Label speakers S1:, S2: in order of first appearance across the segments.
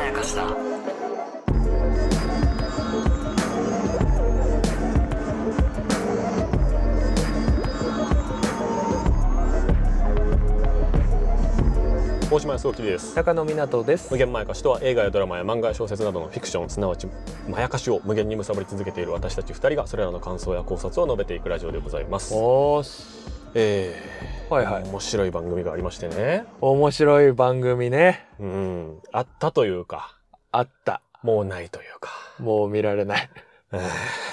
S1: やかしだ
S2: 大島康之です
S3: 高野湊です
S2: 無限まやかしとは映画やドラマや漫画や小説などのフィクションすなわちまやかしを無限に貪り続けている私たち2人がそれらの感想や考察を述べていくラジオでございます。
S3: おーし
S2: えー
S3: はいはい
S2: 面白い番組がありましてね、
S3: 面白い番組ね
S2: うん、あったというか
S3: あった
S2: もうないというか、
S3: もう見られない
S2: え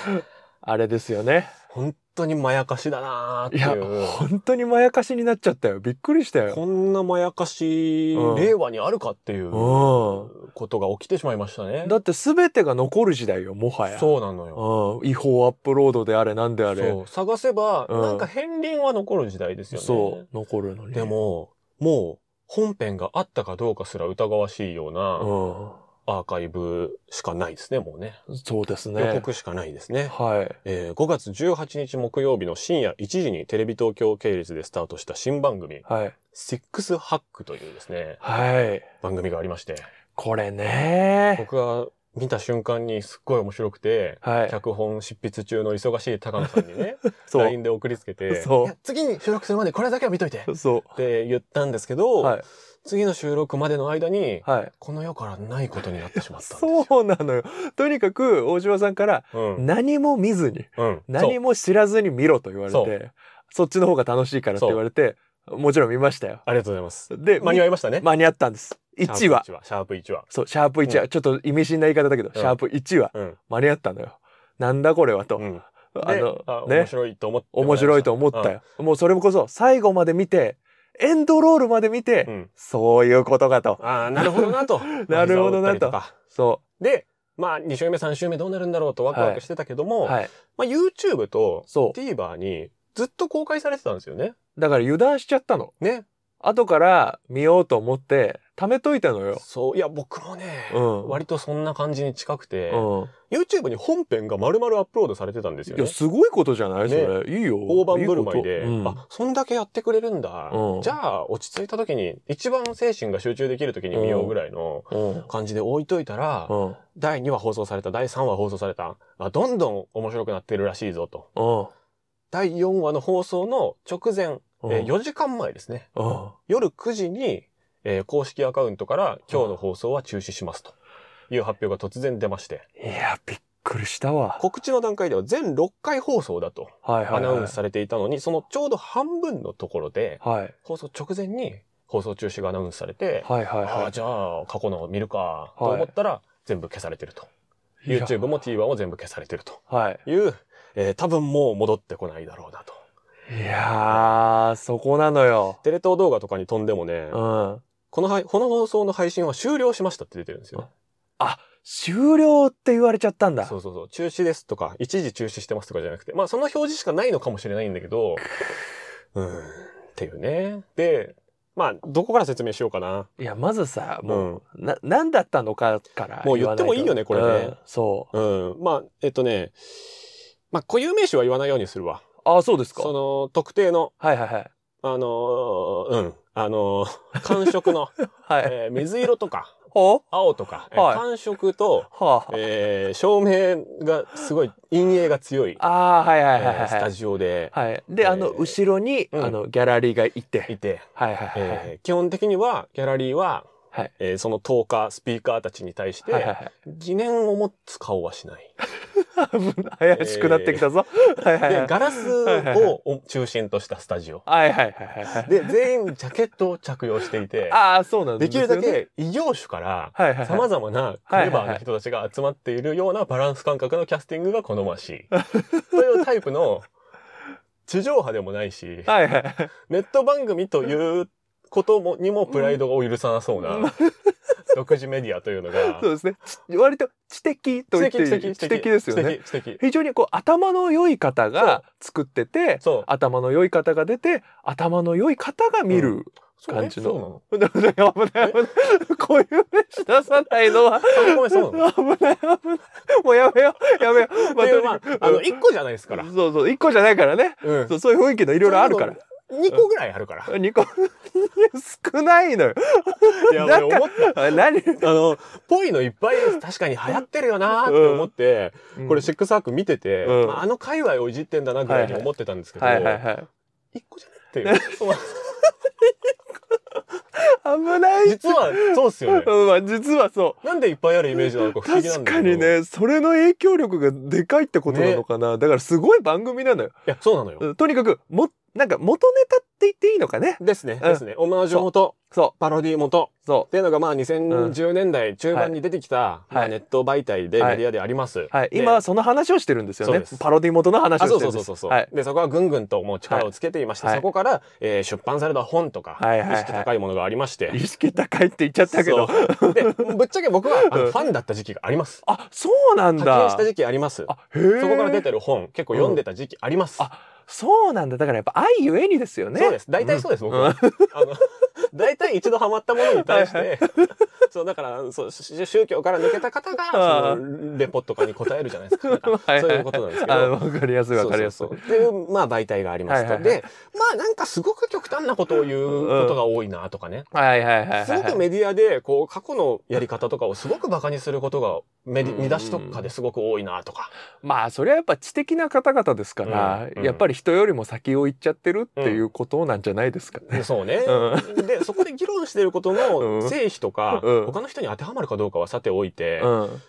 S2: ー
S3: あれですよね
S2: 本当にまやかしだなーって
S3: いや
S2: いう。
S3: 本当にまやかしになっちゃったよびっくりした よ
S2: こんなまやかし、
S3: うん
S2: 令和にあるかっていうことが起きてしまいましたね。
S3: だって全てが残る時代よもはや
S2: そうなのよ。
S3: う、ん、違法アップロードであれなんであれ
S2: そう探せば、
S3: うん
S2: なんか片鱗は残る時代ですよね。
S3: そう残るのに
S2: でも、もう本編があったかどうかすら疑わしいようなアーカイブしかないですね、もうね。
S3: うんそうです
S2: 予
S3: ね
S2: 告しかないですね。
S3: はい
S2: えー5月18日木曜日の深夜1時にテレビ東京系列でスタートした新番組、
S3: はい
S2: シックスハックというですね、
S3: はい
S2: 番組がありまして、
S3: これね
S2: 僕が見た瞬間にすっごい面白くて、
S3: はい
S2: 脚本執筆中の忙しい高野さんにね、
S3: そう
S2: LINE で送りつけて、
S3: そう
S2: いや次に収録するまでこれだけは見といてっ
S3: そ
S2: て言ったんですけど、
S3: うはい
S2: 次の収録までの間に、
S3: はい
S2: この世からないことになってしまったんですよ。
S3: そうなのよ。とにかく大島さんから
S2: うん。
S3: 何も見ずに
S2: うん。
S3: 何も知らずに見ろと言われ
S2: そ
S3: てそっちの方が楽しいからって言われてもちろん見ましたよ。
S2: ありがとうございます。
S3: で
S2: 間に合いましたね。
S3: 間に合ったんです。1話
S2: シャープ1話。シャープ1話。
S3: そうシャープ1話、
S2: う
S3: ちょっと意味深な言い方だけど、
S2: うん
S3: シャープ1話
S2: うん。
S3: 間に合ったのよ。なんだこれはと、
S2: うん。
S3: あ
S2: で
S3: の
S2: あ面
S3: ね
S2: 白いと思って。
S3: 面白いと思ったよ。もうそれこそ最後まで見てエンドロールまで見て、
S2: うん。うん。
S3: そういうことかと。
S2: ああ、なるほどなと。
S3: なるほどな
S2: 膝を打
S3: と
S2: ったりか
S3: そ
S2: で、まあ、2週目、3週目どうなるんだろうとワクワクしてたけど
S3: う
S2: も、
S3: はい
S2: まあ、YouTube と
S3: そう
S2: TVer にずっと公開されてたんですよね。
S3: だから油断しちゃったの。
S2: ね。
S3: 後から見ようと思って貯めといたのよ。
S2: そう。いや、僕もね、
S3: うん
S2: 割とそんな感じに近くて、
S3: うん、
S2: YouTube に本編が丸々アップロードされてたんですよ
S3: い
S2: ね
S3: や。すごいことじゃない、それいいよ
S2: 大盤振る舞いで、
S3: いいこと
S2: あ、そんだけやってくれるんだ。
S3: うん
S2: じゃあ、落ち着いた時に、一番精神が集中できる時に見ようぐらいの
S3: うん
S2: 感じで置いといたら、
S3: うんうん
S2: 第2話放送された、第3話放送された、あどんどん面白くなってるらしいぞと。
S3: うん
S2: 第4話の放送の直前、
S3: うん
S2: えー4時間前ですね。
S3: うん
S2: 夜9時に、えー公式アカウントから今日の放送は中止しますという発表が突然出まして、
S3: いやびっくりしたわ
S2: 告知の段階では全6回放送だと
S3: はいは
S2: ア
S3: い
S2: ナ
S3: はい
S2: ウンスされていたのに、そのちょうど半分のところで、
S3: はい
S2: 放送直前に放送中止がアナウンスされて、
S3: はいは
S2: あ
S3: いは
S2: あ、
S3: い
S2: じゃあ過去のを見るか
S3: い
S2: と思ったら全部消されてると。
S3: いや
S2: YouTube も TVer も全部消されてると
S3: はい
S2: いう、えー多分もう戻ってこないだろうなと。
S3: いやーそこなのよ
S2: テレ東動画とかに飛んでもね、
S3: うん
S2: この配この放送の配信は終了しましたって出てるんですよ。
S3: 終了って言われちゃったんだ
S2: そうそうそう。中止ですとか、一時中止してますとかじゃなくて、まあその表示しかないのかもしれないんだけ ど、うん、っていうね。で、まあ、どこから説明しようかな。
S3: いやまずさ
S2: う
S3: も
S2: ん。
S3: う、な何だったのかから
S2: もう言ってもいいよねこれね
S3: うんそ
S2: うん。まあ、えっとね、まあ、固有名詞は言わないようにするわ。
S3: うあそうですか
S2: その、特定の、
S3: はいはいはい
S2: あのーうん、あの ー感触の、
S3: はい、
S2: えー水色とか、
S3: ほ
S2: 青とか、えー
S3: はい
S2: 感触と、
S3: はあ、
S2: えー照明がすごい、陰影が強い、
S3: あーはいはいはい
S2: えー
S3: は
S2: ス
S3: いは
S2: タ
S3: い
S2: ジオで
S3: はい。で、あの、
S2: えー
S3: 後ろに、
S2: うん
S3: あの、ギャラリーがいて。
S2: いて、
S3: はいはいはいはい。
S2: えー基本的には、ギャラリーは、
S3: はい
S2: えーそのトーカー、スピーカーたちに対して、
S3: はいはい
S2: 疑念を持つ顔はしない。
S3: はい。 怪しくなってきたぞ。はいはいは
S2: で、
S3: い。
S2: ガラスを中心としたスタジオ。
S3: はいはいはいはい。
S2: で、全員ジャケットを着用していて、
S3: ああ、そうなん
S2: できるだ
S3: よね、
S2: け異業種から、
S3: はいはい
S2: 様
S3: は
S2: 々なクレバーな人たちが集まっているようなバランス感覚のキャスティングが好まし い。というタイプの、地上波でもないし
S3: い。、はいはい。
S2: ネット番組ということもにもプライドを許さなそう な、独自メディアというのが
S3: そう、ですね。ち割と知的と言っていい知的ですよね。
S2: 知的、知的。
S3: 非常にこう頭の良い方が作ってて、
S2: そう。
S3: 頭の良い方が出て、頭の良い方が見る。
S2: そうね
S3: 感じの
S2: そうなの。
S3: 危ない危ない危ない。こういう目出さないのは
S2: ごめん、そうなの。っ
S3: 危ない 危ない。もうやめようやめ よう。
S2: て
S3: まあ
S2: いう、
S3: とに
S2: ま
S3: か
S2: あ
S3: く、
S2: あの、一個じゃないですから。
S3: そうそう一個じゃないからね。
S2: うん
S3: そうそういう雰囲気のいろいろあるから。
S2: そう2個ぐらいあるから。
S3: 2個少ないのよ。
S2: い や、
S3: なん
S2: 俺
S3: か
S2: 思った。
S3: あ何
S2: あの、ぽいのいっぱい確かに流行ってるよなーって思って、これシックスアーク見てて、
S3: うん
S2: まあ、あの界隈をいじってんだなぐらいに思ってたんですけど、
S3: はいはいはい。
S2: 一個じゃないっていう。そう
S3: 危ない。
S2: 実は、そうっすよね。
S3: うんまあ実はそう。
S2: なんでいっぱいあるイメージなのか不思議な
S3: 確
S2: んだ
S3: か
S2: けど。
S3: に。ね、それの影響力がでかいってことなのかな。だからすごい番組なのよ。
S2: いや、そうなのよ。
S3: うんとにかく、も、なんか元ネタって言っていいのかね。
S2: ですね。
S3: うん
S2: ですね。オマージュ元、
S3: そ
S2: パロディ元。
S3: う、そ
S2: っていうのがまあ2010年代中盤に出てきた、
S3: い
S2: まあネット媒体で
S3: は
S2: メ
S3: い
S2: ディアであります。
S3: う。はい。
S2: で
S3: 今はその話をしてるんですよ
S2: そう
S3: ね
S2: で。す
S3: パロディ元の話を
S2: あそ
S3: し
S2: うそ
S3: てる
S2: うん
S3: です。
S2: そうそうそう、
S3: はい。
S2: でそこはぐんぐんともう力をつけていまして、
S3: はい
S2: そこから、えー出版された本とか、
S3: はいはいはい
S2: 意識高いものがありまして、
S3: 意識高いって言っちゃったけど。
S2: そうでぶっちゃけ僕はあ
S3: うん
S2: のファンだった時期があります
S3: あ、そうなん
S2: 課
S3: だ。
S2: 金した時期ありますそ
S3: あ、へえ。
S2: こから出てる本結構読んでた時期あります、
S3: うんそうなんだ。だからやっぱ愛ゆえにですよね。
S2: そうです大体そうです、僕は、あの大体一度ハマったものに対して
S3: はい
S2: そうだからそうし宗教から抜けた方
S3: ああ
S2: がそのレポとかに答えるじゃないですかなんか
S3: はいはい
S2: そういうことなんですけど
S3: あわかりやすいわかりやすい。
S2: そうそうそうっていう、まあ、媒体がありますと。
S3: はいはいはい
S2: で、まあ、なんかすごく極端なことを言うことが多いなとかね。
S3: はいはいはいはい。
S2: すごくメディアで、こう、過去のやり方とかをすごく馬鹿にすることが、メディ
S3: うん
S2: 見出しとかですごく多いなとか。
S3: まあそれはやっぱ知的な方々ですから、
S2: うんうん
S3: やっぱり人よりも先を行っちゃってるっていうことなんじゃないですかね。
S2: そうね。
S3: う
S2: で、そこで議論してること
S3: うん
S2: の成否とか、
S3: うん
S2: 他の人に当てはまるかどうかはさておいて、
S3: うん。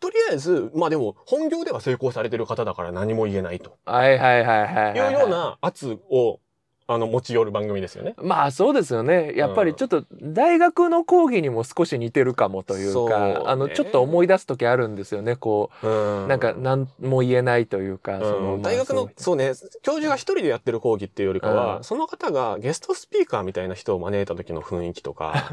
S2: とりあえず、まあでも、本業では成功されてる方だから何も言えないと
S3: はいはいはいはいはいい、
S2: うよう。な圧を、あの、持ち寄る番組ですよね。
S3: まあそうですよね。やっぱりちょっと大学の講義にも少し似てるかもというか、
S2: そうね
S3: あのちょっと思い出す時あるんですよね。こう、
S2: な
S3: なんか何も言えないというか、その
S2: うん大学の、そうね、教授が一人でやってる講義っていうよりかは、
S3: うん
S2: その方がゲストスピーカーみたいな人を招いた時の雰囲気とか。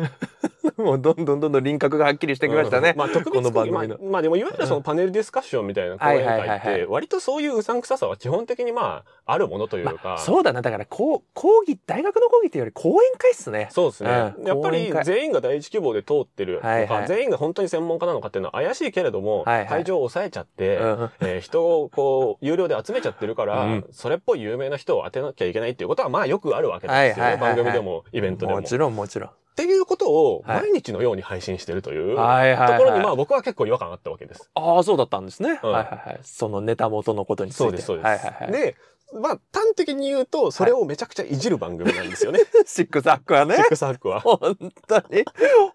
S3: もうどんどんどんどん輪郭がはっきりしてきましたね
S2: うん。まあ特別
S3: この番
S2: 講義
S3: 組の
S2: まあ、まあでもいわゆるそのパネルディスカッションみたいな講
S3: はい
S2: 演
S3: はいはいは
S2: 会
S3: い
S2: って、割とそういううさんくささは基本的にまあ、あるものというか。
S3: まあ、そうだな。だからこう講義、大学の講義っていうより講演会っすね。
S2: そうですね。
S3: うん
S2: やっぱ
S3: 講演
S2: り
S3: 会
S2: 全員が第一希望で通ってるとか、
S3: はいはい
S2: 全員が本当に専門家なのかっていうのは怪しいけれども、
S3: はいはい
S2: 会場を抑えちゃって、
S3: うん
S2: えー人をこう、有料で集めちゃってるから、
S3: うん
S2: それっぽい有名な人を当てなきゃいけないっていうことは、まあよくあるわけですよね。
S3: はいはいはいはい
S2: 番組でも、イベントでも。
S3: もちろんもちろん。
S2: っていうことを
S3: はい
S2: 毎日のように配信してるという、
S3: はいはいはい
S2: ところにまあ僕は結構違和感あったわけです。
S3: ああ、そうだったんですね。
S2: うん
S3: はいはいはい。そのネタ元のことについて。
S2: そうですそうです。
S3: はいはいはい。
S2: でまあ端的に言うとそれをめちゃくちゃいじる番組なんですよね。
S3: シックサックはね
S2: シッ。クスハックは。
S3: 本当に、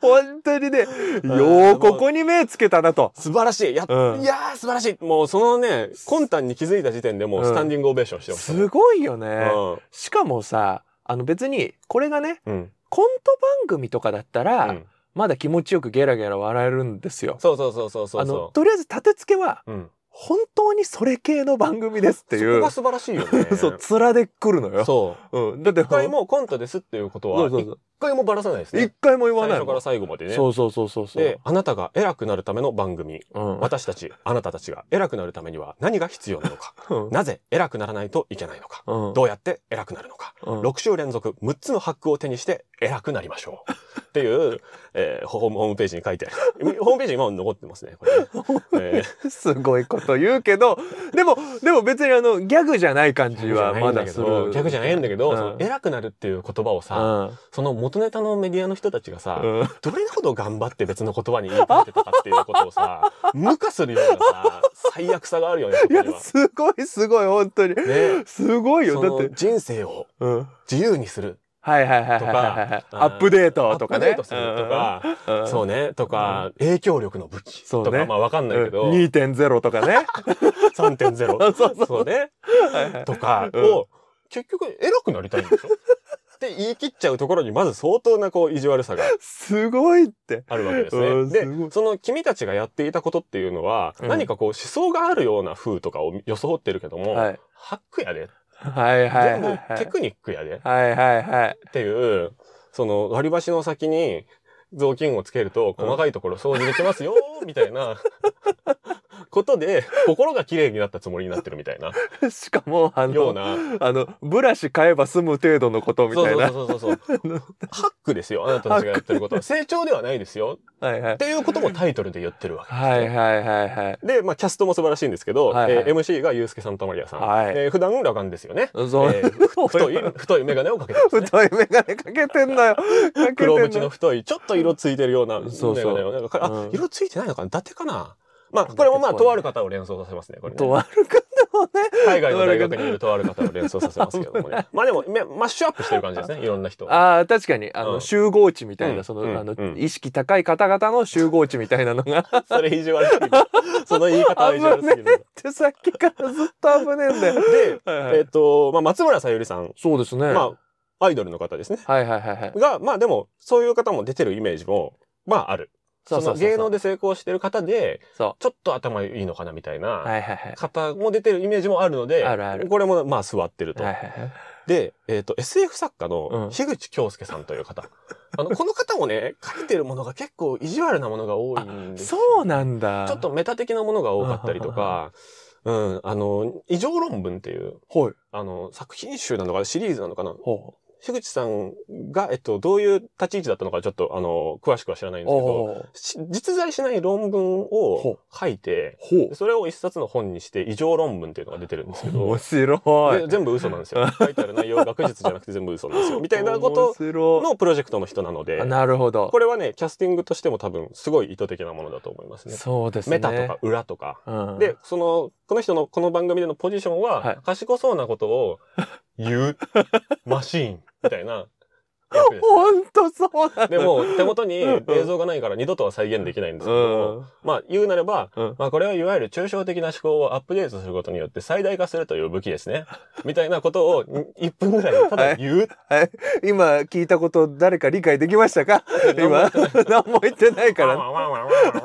S3: 本当にね、ようここに目つけたなと。
S2: 素晴らしい。や、
S3: うん
S2: いやー素晴らしい。もうそのね魂胆に気づいた時点でもうスタンディングオベーションしてました。
S3: すごいよ
S2: う
S3: ね。
S2: ん
S3: しかもさ、あの別に、これがね、
S2: うん
S3: コント番組とかだった
S2: う
S3: ら、
S2: ん。
S3: まだ気持ちよくゲラゲラ笑えるんですよ。
S2: そうそうそうそうそう
S3: あの、
S2: そ
S3: とりあえず立て付けは、
S2: う。うん。
S3: 本当にそれ系の番組ですってい
S2: そこ
S3: う
S2: が。素晴らしいよ ね。
S3: そう、面で来るのよ。
S2: そう。
S3: うん。だって、
S2: 一回もコントですっていうこと
S3: そ
S2: は、
S3: うそうそ
S2: 一
S3: う
S2: 回もばらさないです
S3: 一
S2: ね。
S3: 回も言わ
S2: 最
S3: ない
S2: 初
S3: も
S2: か
S3: ん
S2: ら最後までね。
S3: そうそうそうそうそう。
S2: で、あなたが偉くなるための番組。
S3: うん、
S2: 私たち、あなたたちが偉くなるためには何が必要なのか。
S3: うん
S2: なぜ偉くならないといけないのか。
S3: うん
S2: どうやって偉くなるのか。
S3: うん
S2: 6週連続6つのハックを手にして偉くなりましょう。っていう、えーホームホームページに書いてある。ホームページに今も残ってますね、これね、えー
S3: すごいこと言うけど、でも、でも別にあの、ギャグじゃない感じ
S2: 逆じゃ
S3: は
S2: ない
S3: ま
S2: んだ
S3: だ
S2: け
S3: する。
S2: ど、逆じゃないんだけど、
S3: うん
S2: その偉くなるっていう言葉をさ、その元ネタのメディアの人たちがさ、
S3: うん。うん
S2: どれほど頑張って別の言葉に言い換えてたかっていうことをさ、無化するようなさ、最悪さがあるよね、こ
S3: い
S2: こに
S3: や、
S2: は。
S3: すごいすごい、本当に。
S2: ね。
S3: すごいよ。
S2: そ
S3: だっ
S2: の
S3: て、
S2: 人生を
S3: うん。はい
S2: 自由にする
S3: はいはいはい
S2: と
S3: はいはいはい
S2: か。、
S3: アップデートとかね。
S2: アップデートするとか、
S3: うん、うん
S2: そうね、とか、影響力の武器
S3: そう
S2: と
S3: ね
S2: か、まあわかんないけど、
S3: 2.0とか ね。
S2: 3.0
S3: そうそう
S2: そうね、
S3: はいはい
S2: とか
S3: うん
S2: を、結局偉くなりたいん でしょって言い切っちゃうところにまず相当なこう意地悪さが
S3: すごいって。
S2: あるわけです
S3: うん
S2: ね。
S3: すごい
S2: で、その君たちがやっていたことっていうのは、
S3: うん
S2: 何かこう思想があるような風とかを装ってるけども、
S3: はい。
S2: ハックやで、
S3: はいはいはい
S2: 全
S3: はい。
S2: 部テクニックやで
S3: はいはいはい。
S2: っていう、その割り箸の先に雑巾をつけると細かいところ掃除できますよ、みたいなことで、心が綺麗になったつもりになってるみたいな、
S3: しかもあ
S2: ような。
S3: のあのブラシ買えば済む程度のことみ
S2: そ
S3: たいうな
S2: そうそうそうそう。ハックですよ、あなたたちがやってることは。成長ではないですよ。
S3: はいはい
S2: っていうこともタイトルで言ってるわけ。
S3: はいはいはいはい
S2: で、まあ、キャストも素晴らしいんですけど、
S3: はいはい
S2: えー MC がユースケ・サンタマリアさん。
S3: はい
S2: えー普段裸眼ですよね。
S3: そう、
S2: えー太い、太い眼鏡をかけてます、ね。
S3: 太い眼鏡かけてんのよ。かけてん
S2: 黒縁
S3: の
S2: の
S3: よ。
S2: 太い、ちょっと色ついてる ような眼
S3: そうそう
S2: 鏡を。なんかあ、
S3: うん
S2: 色ついてないのかな伊達かなまあ、これもまあ、
S3: 伊達っ
S2: と
S3: ぽいね
S2: ある方を連想させますね、これね、
S3: とある方もね。
S2: 海外の大学にいるとある方を連想させますけども ね。まあでも、めマッシュアップしてる感じですね、いろんな人を。
S3: ああ、確かに、あの、
S2: うん
S3: 集合値みたいな、
S2: うん
S3: その、
S2: うん
S3: あの、
S2: うん
S3: 意識高い方々の集合値みたいなのが。
S2: それ意地悪すぎる。 その言い方は意地悪
S3: 危
S2: す
S3: ね
S2: ぎ
S3: えっ
S2: る。
S3: てさっきからずっと危ねえんだよ。
S2: で、
S3: はいはい
S2: えっ、と、まあ、松村さゆりさん、
S3: そうですね。
S2: まあ、アイドルの方ですね。
S3: あ、はいはいはいはい。
S2: が、まあでも、そういう方も出てるイメージも、まあある。その芸能
S3: で。
S2: で成功してる方で、
S3: そ。
S2: ちょっと頭いいのかなみたいう
S3: は
S2: ない
S3: はいはい。
S2: 方も出てるイメージもあるので、
S3: あるある
S2: これもまあ座ってると。
S3: はいはいはい。
S2: で、えっ、と、SF 作家
S3: うん
S2: の樋口京介さんという方。あの、この方もね、書いてるものが結構意地悪なものが多いんですよ
S3: そうなんだ。
S2: ちょっと、メタ的なものが多かったりとか、うん、あの、異常論文っていう、
S3: ほい。
S2: あの、作品集なのかシリーズなのかな
S3: ほう。
S2: 樋口さんが、えっと、どういう立ち位置だったのかちょっと、あの、詳しくは知らないんですけど、
S3: おう
S2: し実在しない論文
S3: ほ
S2: を
S3: う
S2: 書いて、
S3: ほう。
S2: それを一冊の本にして、異常論文っていうのが出てるんですけど
S3: 面、白
S2: で
S3: い。
S2: 全部嘘なんですよ。書いてある内容は学術じゃなくて全部嘘なんですよ。みたいなこと
S3: 面白
S2: のプロジェクトの人なの
S3: い
S2: で
S3: あ、なるほど。
S2: これはね、キャスティングとしても多分、すごい意図的なものだと思いますね。
S3: そうですね。
S2: メタとか裏とか。
S3: うん。
S2: で、その、この人のこの番組でのポジションは、
S3: はい
S2: 賢そうなことを言 う、マシーン、みたいな役です。
S3: ほんとそうなんだ。
S2: でも、手元に
S3: うん
S2: 映像がないから二度とは再現できないんです
S3: う
S2: けど、
S3: ん。
S2: まあ、言うなれば、
S3: うん
S2: まあ、これはいわゆる抽象的な思考をアップデートすることによって最大化するという武器ですね。みたいなことを1分ぐらいただ言う。
S3: はい、今聞いたこと誰か理解できましたか今 何も言ってないか
S2: か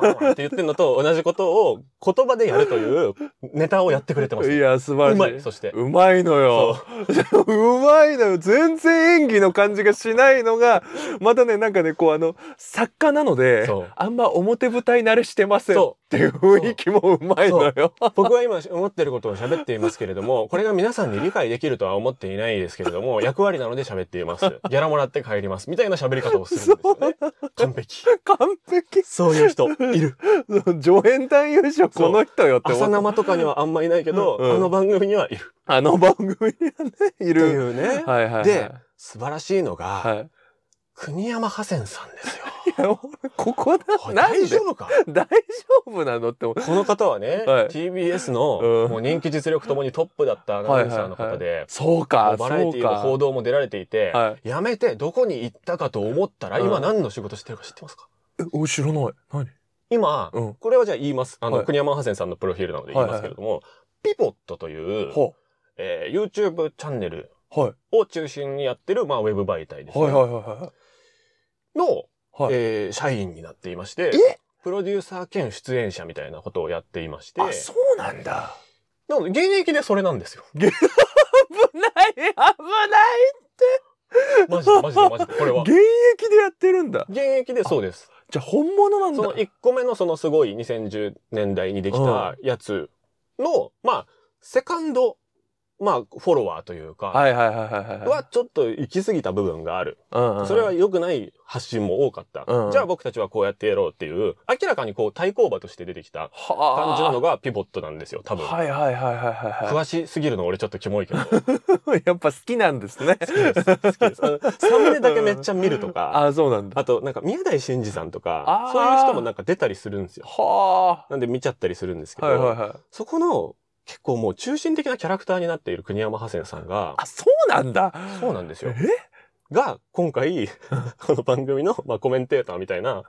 S2: ら
S3: ら
S2: って言ってるのと同じことを言葉でやるというネタをやってくれてます
S3: い
S2: ね。
S3: や素晴
S2: うまい、
S3: らし
S2: そ
S3: い
S2: して。
S3: うまいのようまいのよ全然演技の感じがしないのがまたねなんかねこうあの作家なので
S2: そう
S3: あんま表舞台慣れしてませんっ
S2: そう
S3: ていう雰囲気もうまいのよ
S2: 僕は今思ってることを喋っていますけれども、これが皆さんに理解できるとは思っていないですけれども、役割なので喋っています。ギャラもらって帰ります。みたいな喋り方をするんですよね。完璧。
S3: 完璧
S2: そういう人、いる。
S3: 助演男優賞この人よって
S2: 朝
S3: 思った
S2: 生とかにはあんまいないけど、
S3: うん
S2: あの番組にはいる。
S3: あの番組はねい
S2: ってい
S3: る
S2: うね。
S3: はいはいはい
S2: で素晴らしいのが、
S3: はい
S2: 国山ハセンさんですよ。
S3: いやここ
S2: お
S3: だ
S2: い
S3: なんで
S2: 大丈夫か
S3: 大丈夫なのって思う
S2: この方はね、
S3: はい
S2: TBS の、
S3: うん
S2: もう人気実力ともにトップだったアナウンサーの方で、
S3: そう
S2: も
S3: か
S2: うバラエティの報
S3: 道
S2: 道も出られていて、
S3: は
S2: やめてどこに行ったかと思ったら、
S3: うん
S2: 今何の仕事してるか知ってますか
S3: えお知らない何
S2: 今、
S3: うん
S2: これはじゃあ言います。あの、
S3: はい
S2: 国山ハセンさんのプロフィールなので言いますけれども、ピボットという、
S3: は
S2: えー YouTube チャンネル
S3: はい
S2: を中心にやってる、まあ、ウェブ媒体ですね、
S3: はいはいは
S2: の、
S3: いはいはい
S2: えー社員になっていまして、プロデューサー兼出演者みたいなことをやっていまして、
S3: あそうなんだ
S2: なので現役でそれなん ですよ。
S3: 危ない危な
S2: マジでマジでマジで、これは。
S3: 現役でやってるんだ
S2: 現役でそうです。
S3: じゃあ本物なん
S2: そ
S3: だ
S2: の1個目のそのすごい2010年代にできたやつの、まあ、セカンド、まあ、フォロワーというか、
S3: はいはいはいはいはい
S2: はちょっと行き過ぎた部分がある。
S3: うんうんうん
S2: それは良くない発信も多かった。
S3: うんうん
S2: じゃあ僕たちはこうやってやろうっていう、明らかにこう対抗馬として出てきた
S3: はあ
S2: 感じなのがピボットなんですよ、多分。
S3: はいはいはいはいはいは
S2: 詳しすぎるの俺ちょっとキモいけど。好
S3: いやっぱ好きなんですね
S2: きです。好き です。あの サムネだけめっちゃ見るとか、
S3: あそうなんだ
S2: あとなんか宮台真司さんと
S3: あ
S2: か
S3: ー、
S2: そういう人もなんか出たりするんですよ。
S3: は
S2: なんで見ちゃったりするんですけ
S3: あ
S2: ど、
S3: はいはいはい
S2: そこの結構もう中心的なキャラクターになっている国山ハセンさんが、
S3: あそうなんだ
S2: そうなんですよ。
S3: え
S2: が、今回、 この番組の、まあ、コメンテーターみたいな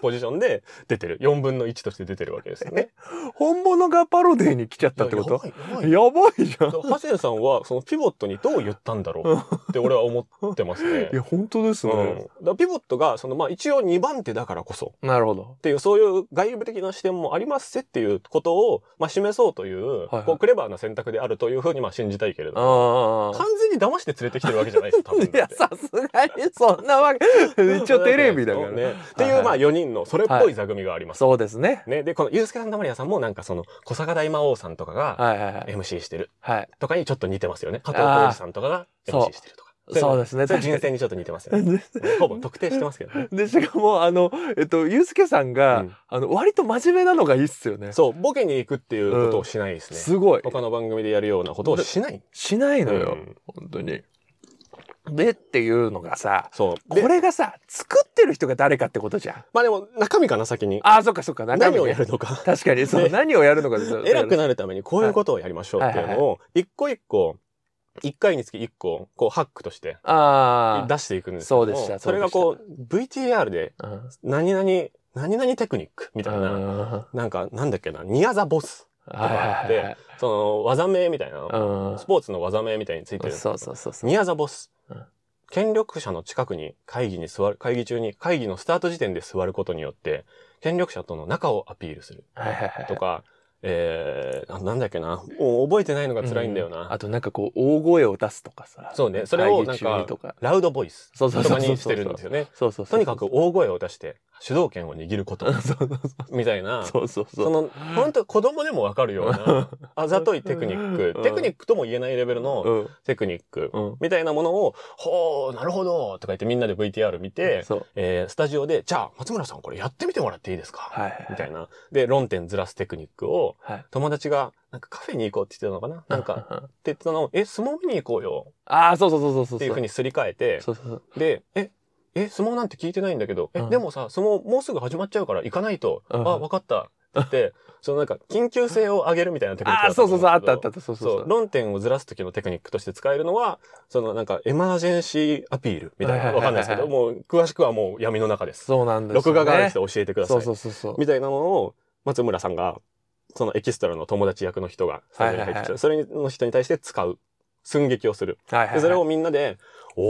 S2: ポジションで出てる。4分の1として出てるわけですよ ね。
S3: 本物がパロディに来ちゃったってこと
S2: いややばいや
S3: やばいじ
S2: ば
S3: ゃ
S2: い
S3: ん
S2: だからハセンさんは、そのピボットにどう言ったんだろうって俺は思ってます ね
S3: い。や本当です
S2: うん、
S3: ね
S2: だからピボットが、そのまあ一応2番手だからこそっ
S3: なるほど
S2: ていう、そういう外部的な視点もありますせっていうことを、まあ示そうという、
S3: はいはい
S2: こうクレバーな選択であるというふうにまあ信じたいけれども、
S3: あ
S2: 完全に騙して 連れてきてるわけじゃないですよ、多分だっ
S3: い
S2: て。
S3: やさすがにそんなわけ一応テレビだから
S2: ね。
S3: ね
S2: ってい
S3: はい
S2: まあ4人のそれっぽい座組があります。
S3: そうですね。
S2: ね、で、このユースケさんとマリアさんもなんかその小坂大魔王さんとかが
S3: はいはいはい。
S2: MC してる
S3: はい。
S2: とかにちょっと似てますよね。加藤浩次さんとかが
S3: そう
S2: MC してるとか。
S3: そうですね。
S2: それ人選にちょっと似てますよ ね。ほぼ特定してますけどね。
S3: で、しかも、あの、えっと、ゆうすけさんが、
S2: うん
S3: あの、割と真面目なのがいいっすよね。
S2: そう、ボケに行くっていうことをしないですね。
S3: すごい。
S2: 他の番組でやるようなことをしない。
S3: しないのよ、
S2: うん
S3: 本当に。でっていうのがさ、
S2: そう。
S3: こ
S2: で
S3: れがさ、作ってる人が誰かってことじゃん。
S2: まあでも中身かな、先に。
S3: ああ、そっかそっか、中身ね
S2: 何をやるのか。
S3: 確かに、そう、
S2: ね
S3: 何をやるのかですよ
S2: 偉くなるためにこういうことをやりましょうっていうのを、一個一個、一回につき一個、こうハックとして
S3: あ
S2: 出していくんですけども
S3: そうでした
S2: それがこう、VTR で、
S3: あ。うん
S2: 何々、何々テクニックみたいな、
S3: は
S2: なんか、なんだっけな、ニアザボス。
S3: いはいはいはい。
S2: その、技名みたいな、
S3: うん
S2: スポーツの技名みたいについてるんですけ
S3: そ
S2: ど
S3: うそうそうそう。
S2: ニアザボス
S3: うん。
S2: 権力者の近くに会議に座る、会議中に会議のスタート時点で座ることによって、権力者との仲をアピールする
S3: はいはいはい
S2: とか、えー、あなんだっけな、もう覚えてないのが辛いんだよ
S3: う
S2: な。
S3: あとなんかこう、大声を出すとかさ。
S2: そうね、それを
S3: 会
S2: なん
S3: 議中に
S2: か
S3: とか、
S2: ラウドボイス
S3: そう
S2: と
S3: そうそうそ
S2: か
S3: う
S2: にしてるんですよね。
S3: そうそうそ
S2: と
S3: う
S2: にかく大声を出して主導権を握ること
S3: そうそう
S2: みたいな、
S3: そうそう
S2: その、本当子供でもわかるような、あざといテクニッ
S3: う
S2: ク、
S3: ん
S2: テクニックとも言えないレベルの
S3: うん
S2: テクニック
S3: うん
S2: みたいなものを、ほう、なるほどとか言ってみんなで VTR 見て、
S3: そう
S2: えースタジオで、じゃあ、松村さんこれやってみてもらっていいですか、
S3: はいはい
S2: みたいな。で、論点ずらすテクニックを、
S3: はい
S2: 友達が、なんかカフェに行こうって言ってたのかななんか、って言ってた のを、え、相撲見に行こうよ
S3: ああそうそうそうそうそう
S2: っていうふうにすり替えて、
S3: そうそうそう
S2: で、え、え、相撲なんて聞いてないんだけど、え、
S3: うん
S2: でもさ、相撲もうすぐ始まっちゃうから行かないと、
S3: うん
S2: あ、わかった。 って、そのなんか、緊急性を上げるみたいなテクニック
S3: あ
S2: だ
S3: あ
S2: と
S3: そう
S2: 思
S3: そ
S2: ん
S3: うそうあ
S2: ですけど
S3: ったあったあったそうそう
S2: そ
S3: そう
S2: う、論点をずらす時のテクニックとして使えるのは、そのなんかエマージェンシーアピールみたい
S3: は
S2: な、
S3: いは
S2: わ
S3: いは
S2: か
S3: いはい
S2: んないですけど、もう詳しくはもう闇の中です。
S3: そうなんですよね
S2: 録画がある人教えてくださ
S3: そ。
S2: いう
S3: そうそうそう
S2: みたいなのを、松村さんが、そのエキストラの友達役の人が、スタジオに入ってき
S3: はいはいは
S2: てそれの人に対して使う。寸劇をする。
S3: はいはいはい
S2: でそれをみんなで、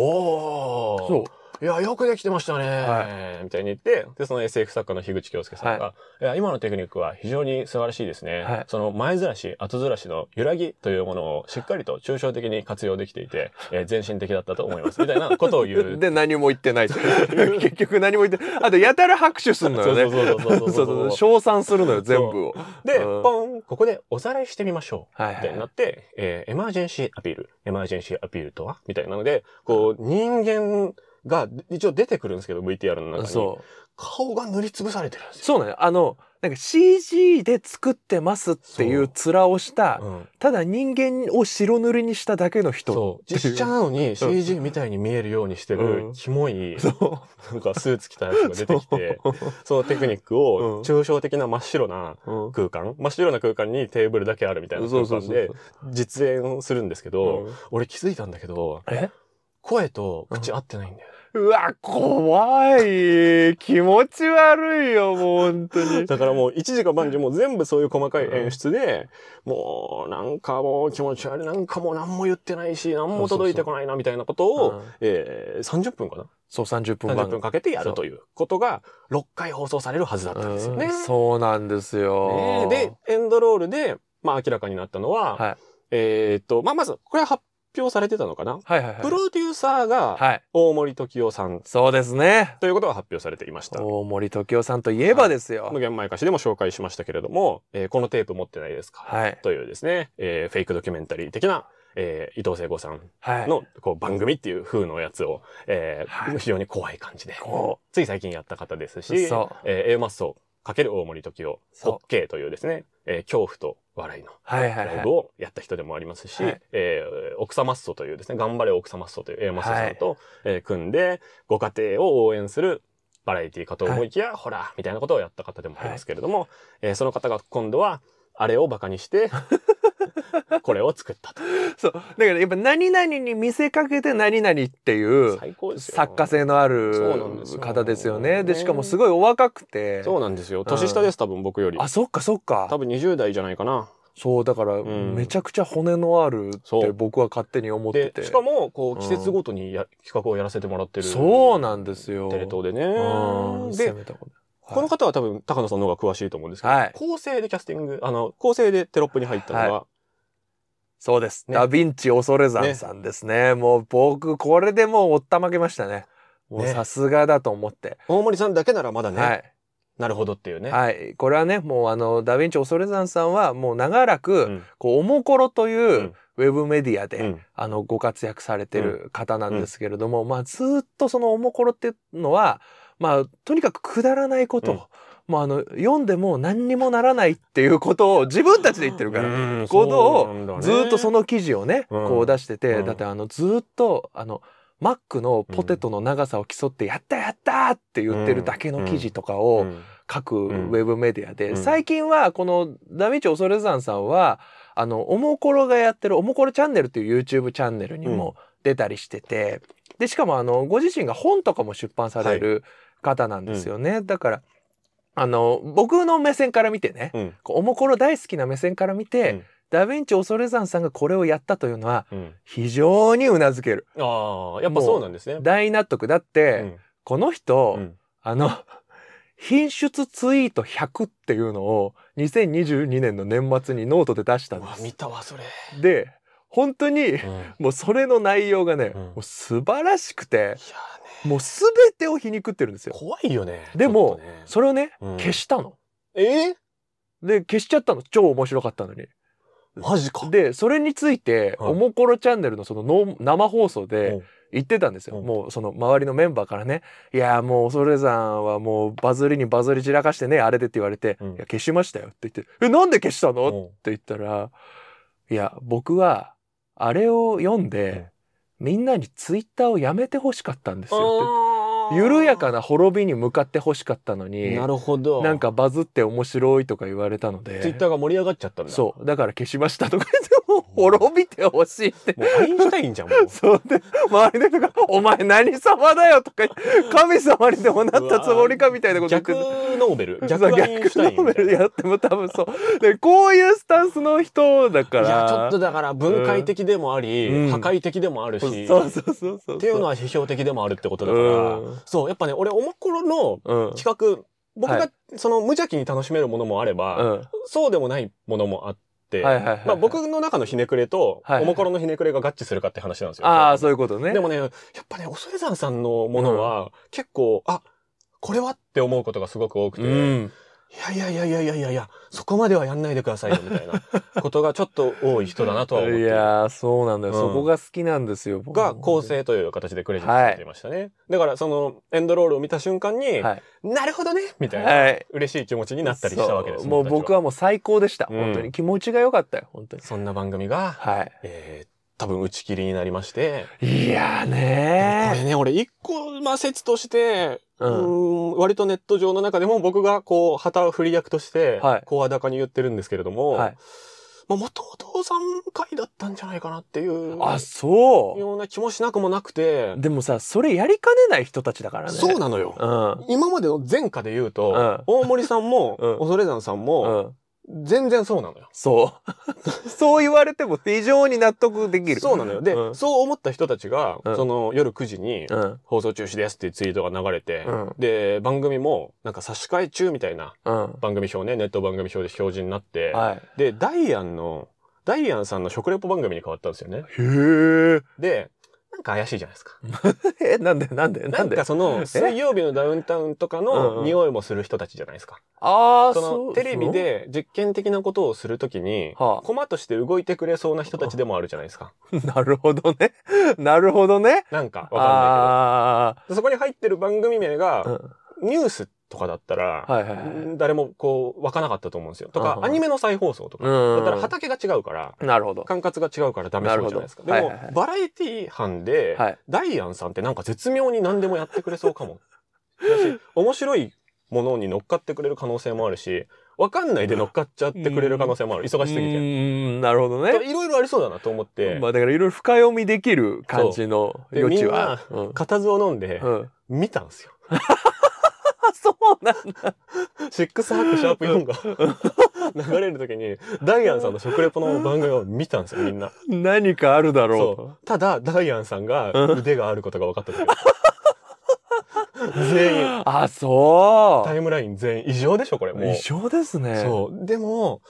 S2: おー
S3: そう
S2: いや、よくできてましたね、
S3: は
S2: みたいに言って、で、その SF 作家の樋口京介さんが、い、や、今のテクニックは非常に素晴らしいですね。
S3: はい
S2: その前ずらし、後ずらしの揺らぎというものをしっかりと抽象的に活用できていて、えー全身的だったと思います。みたいなことを言う。
S3: で何も言ってない結局何も言ってあとやたら拍手すんのよね
S2: そうそうそうそうそう
S3: そうそう称賛するのよ全部を
S2: で、
S3: うん
S2: ポン、ここでおさらいしてみましょう。
S3: はい
S2: み
S3: は
S2: たいに
S3: い
S2: なって、えーエマージェンシーアピール、エマージェンシーアピールとはみたいなので、こう、人間が一応出てくるんですけど、VTR の中に。
S3: そう
S2: 顔が塗りつぶされてるんですよ。
S3: そうなのよあのなんか CG で作ってますっていう面をした
S2: うん
S3: ただ人間を白塗りにしただけの人
S2: そう。実写なのに CG みたいに見えるようにして
S3: う
S2: る
S3: ん、
S2: キモい、
S3: そう
S2: なんかスーツ着たやつが出てきて、そのテクニック
S3: うん
S2: を抽象的な真っ白な
S3: うん
S2: 空間、真っ白な空間にテーブルだけあるみたいな
S3: そ
S2: 空
S3: うそう
S2: 間
S3: そう
S2: で実演するんですけ
S3: そう
S2: ど、俺気づいたんだけど、
S3: え
S2: 声と口合ってないんだよね。
S3: うわ怖い気持ち悪いよもう本当 に
S2: だからもう一時間万事もう全部そういう細かい演出で、もうなんかもう気持ち悪い、なんかもう何も言ってないし、何も届いてこないなみたいなこと
S3: う
S2: を、
S3: ん
S2: えー30分かな
S3: そう30分
S2: 30
S3: 番
S2: 分かけてや
S3: そ
S2: る
S3: う
S2: ということが6回放送されるはずだったんですよね
S3: うん。そうなんですよ、
S2: ねでエンドロールで、まあ、明らかになったのは、
S3: はい
S2: えーっと、まあ、まずこれは発表されてたのかな、
S3: はいはいはい
S2: プロデューサーが
S3: はい
S2: 大森時代さん
S3: そうですね
S2: ということが発表されていました。
S3: 大森時代さんといえばですよ
S2: 無限前歌詞でも紹介しましたけれども、えーこのテープ持ってないですか、
S3: はい
S2: というですね、えーフェイクドキュメンタリー的な、えー伊藤聖子さん
S3: はい
S2: のこう番組っていう風のやつを、えー
S3: はい
S2: 非常に怖い感じで
S3: こ
S2: つい最近やった方ですし、
S3: そう
S2: えー A マッソ×大森時代、
S3: そう
S2: ホッケーというですね、えー恐怖と笑いの
S3: うはいはい
S2: ライ
S3: は
S2: ブ
S3: い
S2: をやった人でもありますし、
S3: はい
S2: えー奥様マッソというですね、頑張れ奥様マッソという A マッソさんと、えー組んで、ご家庭を応援するバラエティーかと思いきや、ほら、みたいなことをやった方でもありますけれども、えーその方が今度は、あれをバカに して、これを作ったと。
S3: そうだからやっぱ何々に見せかけて何々っていう
S2: 最高ですよ。
S3: 作家性の
S2: そ
S3: あ
S2: うなんで
S3: る
S2: すよ
S3: 方ですよねで
S2: ね
S3: しかもすごいお若くて
S2: そうなんですよ。年下です、多分僕より。
S3: あそっかそっか
S2: 多分20代じゃないかな。
S3: そうだから、
S2: ん
S3: めちゃくちゃ骨のあるっ
S2: そ
S3: て
S2: う
S3: 僕は勝手に思って
S2: で
S3: て
S2: しかもこ
S3: うん
S2: う季節ごとにや、企画をやらせてもらってる
S3: そうなんですよ
S2: テレ東でね
S3: うん攻
S2: で
S3: めたことはい
S2: この方は多分高野さんの方が詳しいと思うんですけど、
S3: はい
S2: 構成でキャスティングあの構成でテロップに入ったのが、
S3: そうです、
S2: ね
S3: ダヴィンチ恐れ山さんですねもう僕これでもうおったまげましたねもう
S2: ね
S3: さすがだと思って。
S2: 大森さんだけならまだね、
S3: はい。
S2: なるほどっていうね。
S3: はい、これはねもうあのダ・ヴィンチ恐山さんはもう長らく、
S2: うん
S3: こうおもころとい
S2: ん
S3: うウェブメディアで、
S2: うん
S3: あのご活躍されてる方なんですけれども、まあ、ずーっとそのおもころっていうのは、まあ、とにかくくだらないこと、
S2: うん
S3: もうあの読んでも何にもならないっていうことを自分たちで言ってるから。
S2: うん
S3: 行動を
S2: そうなんだね
S3: ずーっとその記事をね、
S2: うん
S3: こう出してて、
S2: うん
S3: だってあのずーっとあのマックのポテトの長さを競って「やったやった!」って言ってるだけの記事とかを、
S2: うん
S3: 各ウ
S2: ん
S3: ェブメディアで、
S2: うん
S3: 最近はこのダヴィンチ恐山さんはあのおもころがやってるおもころチャンネルという YouTube チャンネルにも出たりしてて、でしかもあのご自身が本とかも出版される方なんですよね、だからあの僕の目線から見てね、
S2: うん
S3: こうおもころ大好きな目線から見て、
S2: うん
S3: ダヴィンチ恐山さんがこれをやったというのは
S2: うん
S3: 非常にうなずける
S2: ああ、やっぱそうなんですね。
S3: 大納得だって、
S2: うん
S3: この人、
S2: うん
S3: あの、品質ツイート100っていうのを2022年の年末にノートで出したん
S2: うわ
S3: で
S2: 見たわ、それ。
S3: す。で、本当に、
S2: うんいや
S3: もうそれの内容がね、
S2: うん
S3: もう素晴らしくて、
S2: ーね、
S3: もう全てを皮肉ってるんですよ。
S2: 怖いよね。
S3: でも
S2: ちょっとね
S3: それをね、
S2: うん
S3: 消したの。
S2: え
S3: で、消しちゃったの。超面白かったのに。
S2: マジか。
S3: で、それについて、
S2: はい
S3: おもころチャンネルのそのの生放送で言ってたんですよ。
S2: うん
S3: もうその周りのメンバーからね、いやーもう恐山はもうバズりにバズり散らかしてね、あれでって言われて、
S2: うん
S3: いや消しましたよって言って、え、なんで消した
S2: う
S3: の、って
S2: ん
S3: 言ったら、いや、僕は、あれを読んで、みんなにツイッターをやめてほしかったんですよって。緩やかな滅びに向かってほしかったのに、
S2: なるほど。
S3: なん、かバズって面白いとか言われたので。
S2: ツイッターが盛り上がっちゃったんだ。
S3: そう。だから消しましたとか言って、もう滅びてほしいって。。
S2: もうアインシュタインじゃん、もう
S3: そうで、周りの人が、お前何様だよとか言って、神様にでもなったつもりかみたいなこと言って
S2: 逆
S3: て。
S2: ノーベル。
S3: そ
S2: 逆
S3: う
S2: アインシュタイン
S3: ノ
S2: み
S3: ー
S2: た
S3: ベ
S2: い
S3: ル
S2: な。
S3: やっても多分そう。で、こういうスタンスの人だから。
S2: いやちょっとだから分解的でもあり、
S3: うん
S2: 破壊的でもあるし、
S3: そうそうそうそう。
S2: っていうのは批評的でもあるってことだから、
S3: うん
S2: そうやっぱね俺おもころの
S3: うん、
S2: 企画僕
S3: は
S2: が
S3: い
S2: その無邪気に楽しめるものもあれば、
S3: うん。
S2: そうでもないものもあって、
S3: はいはいはいはい。
S2: まあ、僕の中のひねくれと
S3: はいはい
S2: おもころのひねくれが合致するかって話なんですよ。
S3: ああ、そういうことね。
S2: でもねやっぱね恐山さんのものは結構、あこれはって思うことがすごく多くて、
S3: う
S2: い
S3: ん。
S2: やいやいやいやいやいやそこまではやんないでくださいよみたいなことがちょっと多い人だなとは思って
S3: い
S2: る
S3: やー、そうなんだよ。
S2: うん
S3: そこが好きなんですよ。僕
S2: が構。成という形でクレジットされていましたね。だからそのエンドロールを見た瞬間に、
S3: はい。
S2: なるほどねみたいな、
S3: はい。
S2: 嬉しい気持ちになったりしたわけです。
S3: そうもう僕はもう最高でした。
S2: うん
S3: 本当に気持ちが良かったよ。本当に。
S2: そんな番組が、
S3: は
S2: えー、多分打ち切りになりまして、
S3: い。いやー
S2: これ
S3: ね
S2: ね俺一個、まあ、説として、
S3: ー。
S2: う
S3: うん。
S2: ーん割とネット上の中でも僕がこう旗振り役として
S3: はい
S2: 声高に言ってるんですけれども、
S3: はい
S2: まあ、元々3回だったんじゃないかなっていう
S3: あ、そ
S2: ような気もしなくもなくて
S3: う。、でもさ、それやりかねない人たちだからね。
S2: そうなのよ。
S3: うん。
S2: 今までの前科で言うと、
S3: うん
S2: 大森さんも、
S3: うん
S2: 恐山さんも、
S3: うん。
S2: 全然そうなのよ。
S3: そう。 そう言われても非常に納得できる。
S2: そうなのよ。で、
S3: うん
S2: そう思った人たちが、
S3: うん
S2: その夜9時に、
S3: うん。
S2: 放送中止ですっていうツイートが流れて、
S3: うん
S2: で、番組も、なんか差し替え中みたいな
S3: うん。
S2: 番組表ね、ネット番組表で表示になって、
S3: はい。
S2: で、ダイアンの、ダイアンさんの食レポ番組に変わったんですよね。
S3: へ
S2: で、なんか怪しいじゃないですか。
S3: え。え、なんでなんで
S2: な
S3: なんんで
S2: かその、水曜日のダウンタウンとか
S3: うんう
S2: の
S3: ん
S2: 匂いもする人たちじゃないですか。
S3: ああ、
S2: その、テレビ。で実験的なことをするときに、
S3: はあ
S2: 駒として動いてくれそうな人たちでもあるじゃないですか。
S3: なるほどね。なるほどね。
S2: なんか、わかんない
S3: あ
S2: けど。そこに入ってる番組名
S3: あー。う
S2: が、
S3: ん
S2: ニュースとかだったら、
S3: はいはいはい
S2: 誰もこう、わからなかったと思うんですよ。と
S3: う
S2: か
S3: ん、うん
S2: アニメの再放送とか。
S3: う
S2: だ
S3: ん
S2: ったら畑が違うから、
S3: なるほど。
S2: 管轄が違うからダメそうじゃないですか。で
S3: なるほど
S2: も
S3: はいはいは、い
S2: バラエティ班で、
S3: はい。
S2: ダイアンさんってなんか絶妙に何でもやってくれそうかも。だし、面白いものに乗っかってくれる可能性もあるし、わかんないで乗っかっちゃってくれる可能性もある。忙しすぎ
S3: う
S2: て。
S3: ーんなるほど
S2: だ
S3: ね
S2: から。いろいろありそうだなと思って
S3: ま、あだからいろいろ深読みできる感じの
S2: で
S3: 余地は。うん
S2: 固唾を飲んで、
S3: うん
S2: 見たんですよ。
S3: あ、 そうなんだ。
S2: シックスハックシャープ4が流れる時に、ダイアンさんの食レポの番組を見たんですよ、みんな。
S3: 何かあるだ
S2: そ
S3: ろ
S2: う。ただ、ダイアンさんが
S3: う
S2: 腕があることが分かった時
S3: う。
S2: 全員、
S3: あ、そ
S2: タイムライン全員異常でしょ、これ。
S3: う。
S2: もう
S3: 異。常ですね。
S2: そう。でも、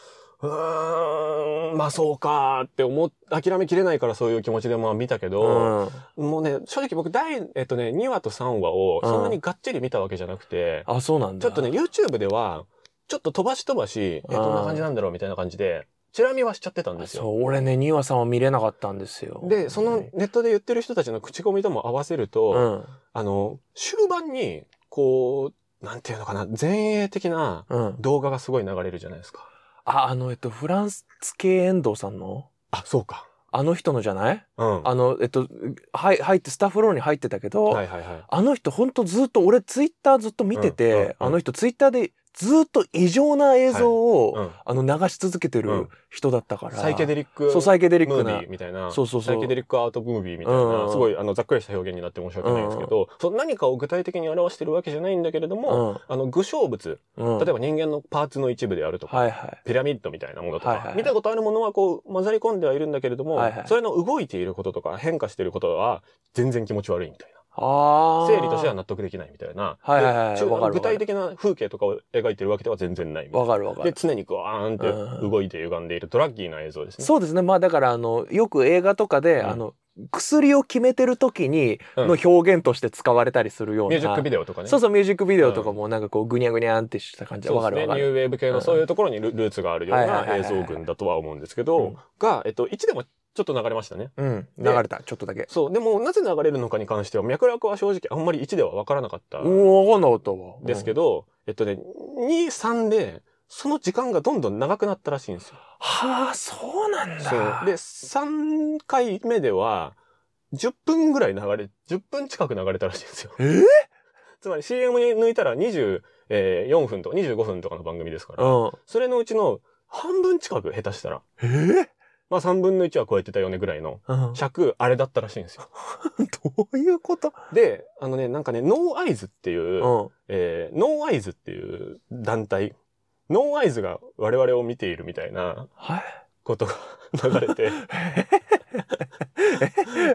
S2: うーん、まあそうかって思っ、諦めきれないからそういう気持ちでまあ見たけど、
S3: うん
S2: もうね、正直僕第、えっとね、2話と3話をそんなにがっちり見たわけじゃなくて、
S3: あ、そうなん
S2: ち
S3: だ。
S2: ょっとね、YouTube では、ちょっと飛ばし飛ばし、え、
S3: うん
S2: どんな感じなんだろうみたいな感じで、チラ見はしちゃってたんです
S3: そ
S2: よ。
S3: う、俺ね、2話さんは見れなかったんですよ。
S2: で、そのネットで言ってる人たちの口コミとも合わせると、
S3: うん。
S2: あの、終盤に、こう、なんていうのかな、前衛的な
S3: うん。
S2: 動画がすごい流れるじゃないですか。
S3: あ、あの、えっと、フランス系遠藤さんの
S2: あ、そうか。
S3: あの人のじゃない
S2: うん。
S3: あの、えっと、はい、入って、スタッフローに入ってたけど、
S2: はいはいはい。
S3: あの人ほんとずっと、俺ツイッターずっと見て
S2: うん
S3: て、
S2: うんうん
S3: あの人ツイッターでずっと異常な映像を、
S2: うん。
S3: あの、流し続けて
S2: う
S3: る
S2: ん
S3: 人だったから。
S2: サイケデリック。
S3: そう、サイケデリッ
S2: ム
S3: ク
S2: ービ
S3: な
S2: ー。みたいな。
S3: そうそうそ
S2: サ
S3: う
S2: イケデリックアートムービーみたいな、
S3: うんうん
S2: すごいあのざっくりした表現になって申し訳ないんですけど、そう何かを具体的に表してるわけじゃないんだけれども、あの具象物、
S3: うん。うん
S2: 例えば人間のパーツの一部であるとか、
S3: はいはい。
S2: ピラミッドみたいなものとか、
S3: はいはいはい
S2: 見たことあるものはこう混ざり込んではいるんだけれども、
S3: はいはい
S2: それの動いていることとか変化していることは全然気持ち悪いみたいな。
S3: ああ。
S2: 整理としては納得できないみたいな。
S3: はいはいはい
S2: で中
S3: わかるわかる
S2: 具体的な風景とかを描いてるわけでは全然ないみたい
S3: わ
S2: な。
S3: かるわか
S2: で、
S3: る。
S2: 常にグワーンって動いて歪んでいるドラッキーな映像ですね。
S3: そうですね。まあだから、あの、よく映画とかで、
S2: うん
S3: あの、薬を決めてる時に、
S2: うん
S3: の表現として使われたりするよう
S2: ミ
S3: な。
S2: ュージックビデオとかね。
S3: そうそう、ミュージックビデオとかもなんかこう、ぐにゃぐにゃんってした感じで。わ
S2: そ
S3: か
S2: う
S3: る
S2: です
S3: わ
S2: ね。ニ
S3: か
S2: ュー
S3: る。
S2: ウェーブ系
S3: う
S2: の
S3: ん
S2: そういうところにルルーツがあるよう
S3: はいはい
S2: な
S3: はい
S2: 映
S3: はい
S2: 像群だとは思うんですけ
S3: うん
S2: ど、が、えっと、1でもちょっと流れましたね。
S3: うん。流れた、ちょっとだけ。
S2: そう。でも、なぜ流れるのかに関しては、脈絡は正直あんまり1では分からなかったん
S3: おお、わかんなかったわ。
S2: ですけ
S3: ど。
S2: ど、えっとね、2、3で、その時間がどんどん長くなったらしいんですよ。
S3: はあ、そうなんだ。
S2: そう。で、3回目では、10分ぐらい流れ、10分近く流れたらしいんですよ。
S3: えー
S2: つまり CM に抜いたら24分とか25分とかの番組ですから、
S3: うん。
S2: それのうちの半分近く下手したら、
S3: えー
S2: まあ3分の1は超えてたよねぐらいの
S3: うん
S2: 尺、あれだったらしいんです よ。
S3: どういうこと
S2: で、あのね、なんかね、ノーアイズっていうう、
S3: ん。
S2: えーノーアイズっていう団体、ノーアイズが我々を見ているみたいな
S3: はい。
S2: ことが流れて、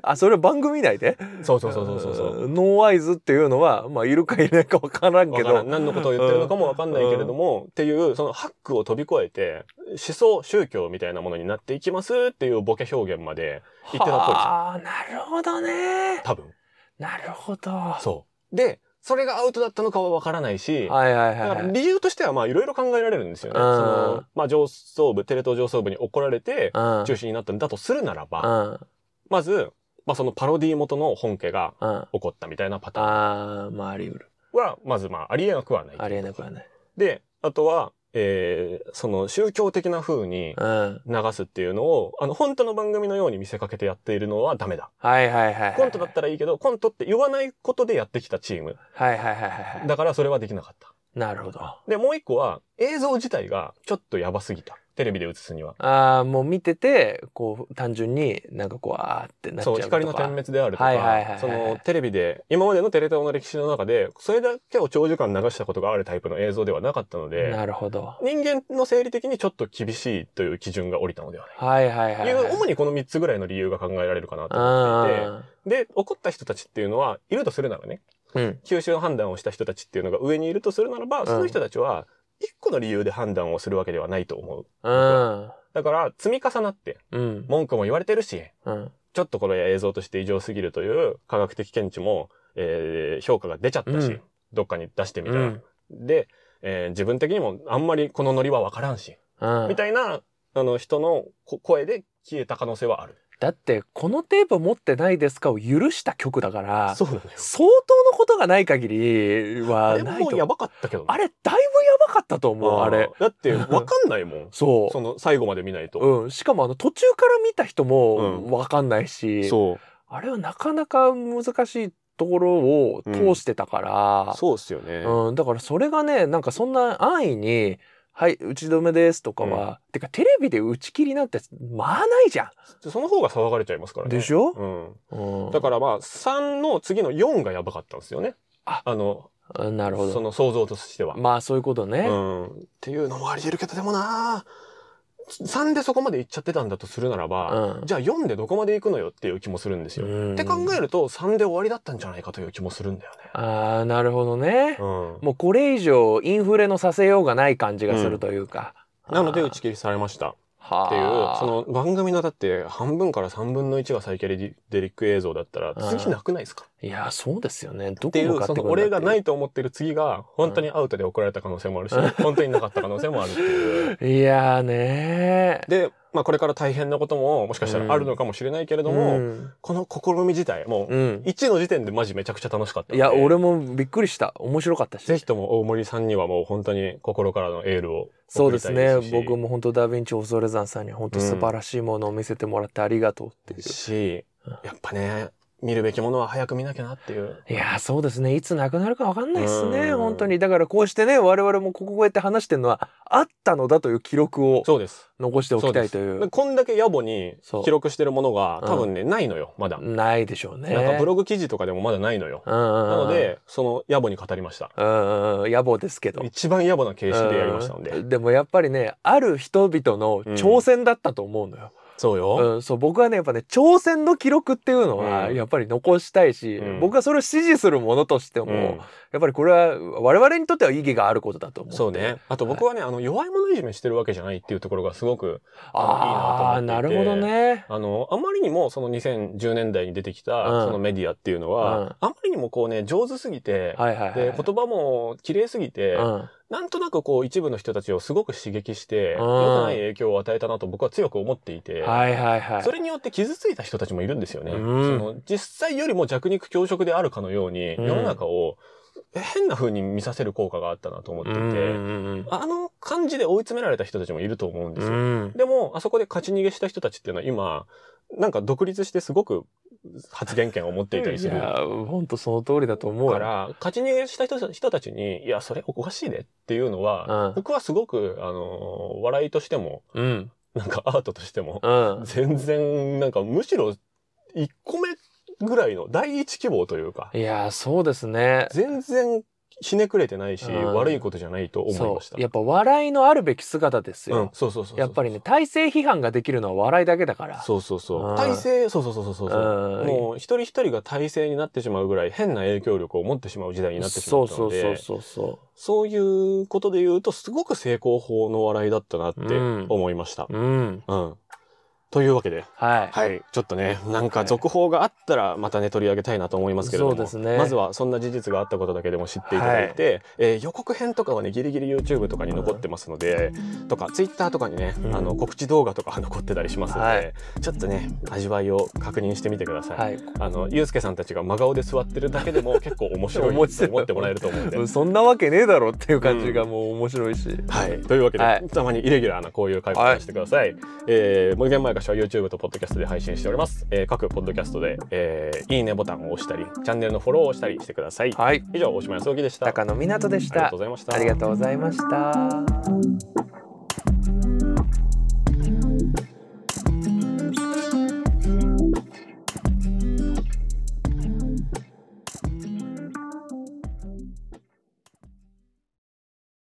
S3: あ、それは番組内で
S2: そうそうそうそうそうそう。
S3: んノーアイズっていうのは、まあ、いるかいないかわからん
S2: わ
S3: け
S2: から
S3: ど
S2: ん。何のことを言ってるのかもわかんないけれども、っていう、そのハックを飛び越えて、思想、宗教みたいなものになっていきますっていうボケ表現まで言ってたっぽいです
S3: ああ、なるほどね。
S2: 多分。
S3: なるほど。は
S2: そう。で、それがアウトだったのかはわからないし、
S3: いはいはい
S2: だから
S3: はい。
S2: 理由としてはまあいろいろ考えられるんですよね。
S3: うん
S2: その、まあ上層部、テレ東上層部に怒られて
S3: うん
S2: 中止になったんだとするならば、
S3: うん。
S2: まず、まあそのパロディ元の本家が
S3: うん。あ
S2: 起こったみたいなパターン
S3: あー、まあ、あり得る。
S2: は、まずまあありえなくはない。
S3: ありえなくはない。
S2: で、あとは、えー、その宗教的な風に
S3: うん。
S2: 流すっていうのを、あの本当の番組のように見せかけてやっているのはダメだ。
S3: はいはいはい。
S2: コントだったらいいけど、コントって言わないことでやってきたチーム。
S3: た。はいはいはいはいは
S2: だからそれはできなかった。
S3: い。なるほど。あ
S2: で、もう一個は、映像自体がちょっとやばすぎた。テレビで映すには。
S3: あー、もう見てて、こう、単純になんかこう、あーってなっちゃう
S2: そう、
S3: とか。
S2: 光の点滅であると
S3: はいはいはいは
S2: か
S3: い、
S2: そのテレビで、今までのテレ東の歴史の中で、それだけを長時間流したことがあるタイプの映像ではなかったので、
S3: なるほど。
S2: 人間の生理的にちょっと厳しいという基準が降りたのではない。
S3: はいはいはいいは
S2: う
S3: い。
S2: 主にこの3つぐらいの理由が考えられるかなと思っていて、
S3: う
S2: で、怒った人たちっていうのは、いるとするならね、
S3: ん。うん。
S2: 吸収判断をした人たちっていうのが上にいるとするならば、その人たちは、一個の理由で判断をするわけではないと思う。
S3: うん。
S2: だから、積み重なって、
S3: うん。
S2: 文句も言われてるし、
S3: うん。
S2: ちょっとこれ映像として異常すぎるという科学的見地も、えー評価が出ちゃったし、
S3: うん
S2: どっかに出してみ
S3: う
S2: たら。
S3: ん。
S2: で、えー自分的にもあんまりこのノリはわからんし、
S3: うん
S2: みたいな、あの、人のこ声で消えた可能性はある。
S3: だって、このテープ持ってないですかを許した曲だから、
S2: そうなのよ。
S3: 相当のことがない限り
S2: あ
S3: は
S2: れ
S3: ない
S2: も
S3: と
S2: やばかったけどね
S3: あれ、だいぶやばかったと思う、あれ。。。
S2: だって、わかんないもん
S3: そ
S2: その、最後まで見ないと。
S3: う。うん。しかも、あの、途中から見た人
S2: うん
S3: もわかんないし、
S2: そう。
S3: あれはなかなか難しいところを通してたから、
S2: そうっすよね。
S3: うん、だからそれがね、なんかそんな安易に、はい、打ち止めですとかは、てかテレビで打ち切りなんて、まあないじゃ
S2: その方が騒がれちゃいますからね。
S3: でしょ。
S2: うん
S3: うん
S2: ん。だからまあ、3の次の4がやばかったんですよね。
S3: あ
S2: の、
S3: うんなるほ
S2: そ
S3: ど。
S2: の想像としては。
S3: まあそういうことね。
S2: うん。っていうのもあり得るけど、でもな3でそこまで行っちゃってたんだとするならば、
S3: うん
S2: じゃあ4でどこまで行くのよっていう気もするんですよ。
S3: うん
S2: って考えると、3で終わりだったんじゃないかという気もするんだよね。
S3: ああ、なるほどね
S2: う。ん。
S3: もうこれ以上インフレのさせようがない感じがするというか。
S2: なので打ち切りされました。っていう、その番組のだって半分から3分の1がサイケデリック映像だったら
S3: うん
S2: 次なくないですかっ
S3: いやそうですよねどこ
S2: てい
S3: 向
S2: う、
S3: かって
S2: そ
S3: く
S2: の
S3: る
S2: 俺がないいと思ってる次が本当にアウトで怒られた可能性もあるし、
S3: うん
S2: 本当になかった可能性もあるって いう。
S3: いやーねー
S2: で、まあこれから大変なことももしかしたらあるのかもしれないけれども、
S3: うん
S2: この試み自体、もう
S3: うん
S2: 1の時点でマジめちゃくちゃ楽しかったんで。
S3: いや俺もびっくりした面白かったし
S2: ぜひとも大森さんにはもう本当に心からのエールを
S3: そう
S2: 送
S3: で
S2: り
S3: す
S2: たい
S3: ね
S2: ですし。
S3: 僕も本当ダ・ヴィンチ・オゾレザンさんには本当素晴らしいものを見せてもらってありがとうっていう、
S2: し
S3: うん、
S2: やっぱね、見るべきものは早く見なきゃなっていう。
S3: いやーそうですねいつなくなるかわかんないですね
S2: うん
S3: 本当にだからこうしてね我々もこここうやって話してるのはあったのだという記録を
S2: そうです。
S3: 残しておきたいとい
S2: で
S3: う
S2: こんだけ野暮に
S3: そう
S2: 記録してるものが
S3: うん
S2: 多分ね、ないのよ、まだ。
S3: ないでしょうね
S2: なんかブログ記事とかでもまだないのよ。な
S3: な
S2: ので、その野暮に語りました。
S3: うんうん野暮ですけど
S2: 一番野暮な形式でやりましたの
S3: う
S2: で。
S3: んでもやっぱりねある人々の挑戦だったと思うのよ、
S2: そう
S3: う
S2: よ。
S3: んそう僕はねやっぱね挑戦の記録っていうのは
S2: うん
S3: やっぱり残したいし、
S2: うん
S3: 僕はそれを支持するものとしても、
S2: うん
S3: やっぱりこれは我々にとっては意義があることだと思って
S2: そうね。あと僕はね、あの、弱い者いじめしてるわけじゃないっていうところがすごく、
S3: ああ
S2: いいな
S3: な
S2: と
S3: る
S2: 思っていて
S3: ほどね
S2: あの、あまりにもその2010年代に出てき
S3: うん
S2: た、そのメディアっていうのは、
S3: うん
S2: あまりにもこうね、上手すぎて、
S3: はいはいはい
S2: で、言葉も綺麗すぎて、
S3: うん
S2: なんとなくこう一部の人たちをすごく刺激して、
S3: う
S2: 良
S3: ん
S2: くない影響を与えたなと僕は強く思っていて、
S3: はいはいはい
S2: それによって傷ついた人たちもいるんですよね。
S3: うん
S2: その実際よりも弱肉強食であるかのように、
S3: うん
S2: 世の中を変な風に見させる効果があったなと思っていて、
S3: うんうん
S2: あの感じで追い詰められた人たちもいると思うん
S3: う
S2: ですよ。
S3: ん
S2: でも、あそこで勝ち逃げした人たちっていうのは今、なんか独立してすごく発言権を持っていたり
S3: い
S2: する。
S3: や本当その通りだと思うよ
S2: から、勝ち逃げした人た人たちに、いや、それおかしいねっていうのは、
S3: うん
S2: 僕はすごく、あのー笑いとしても、
S3: うん
S2: なんかアートとしても、
S3: うん
S2: 全然、なんかむしろ、1個目ぐらいの第一希望というか、
S3: いやそうですね
S2: 全然ひねくれてないし、
S3: うん
S2: 悪いことじゃないと思いました。
S3: そうやっぱ笑いのあるべき姿ですよ、
S2: うん、そうそうそうそう。
S3: やっぱりね、体制批判ができるのは笑いだけだから
S2: そうそうそうう。
S3: ん
S2: 体制、そうそうそうそうそうそう。
S3: うん
S2: もう一人一人が体制になってしまうぐらい変な影響力を持ってしまう時代になってしま
S3: そ
S2: っ
S3: う
S2: た
S3: そ
S2: の
S3: う
S2: で、
S3: そうそうそ
S2: そういうことで言うと、すごく成功法の笑いだったなって
S3: うん
S2: 思いました。
S3: ううん
S2: うん。というわけで、
S3: はい、
S2: はい。ちょっとね、なんか続報があったら、またね、取り上げたいなと思いますけれども。
S3: そうですね
S2: まずは、そんな事実があったことだけでも知っていただいて、えー予告編とかはね、ギリギリ YouTube とかに残ってますので、とか、Twitter とかにね、
S3: うん
S2: あの、告知動画とか残ってたりしますので、
S3: はい
S2: ちょっとね、味わいを確認してみてください。
S3: はい
S2: あの、ゆうすけさんたちが真顔で座ってるだけで も結構面白
S3: 面
S2: い
S3: 白
S2: と
S3: い
S2: 思ってもらえると思うんで
S3: う。んそんなわけねえだろっていう感じがもう面白いし、
S2: はい、というわけで、
S3: はい
S2: たまにイレギュラーなこういう会話をしてください。えー、無限前歌詞は YouTube と Podcast で配信しております。えー各 Podcast で、えーいいねボタンを押したり、チャンネルのフォローをしたりしてください。
S3: はい
S2: 以上、大島康之でした。あり
S3: 高野湊でし
S2: がとうございました。
S3: ありがとうございました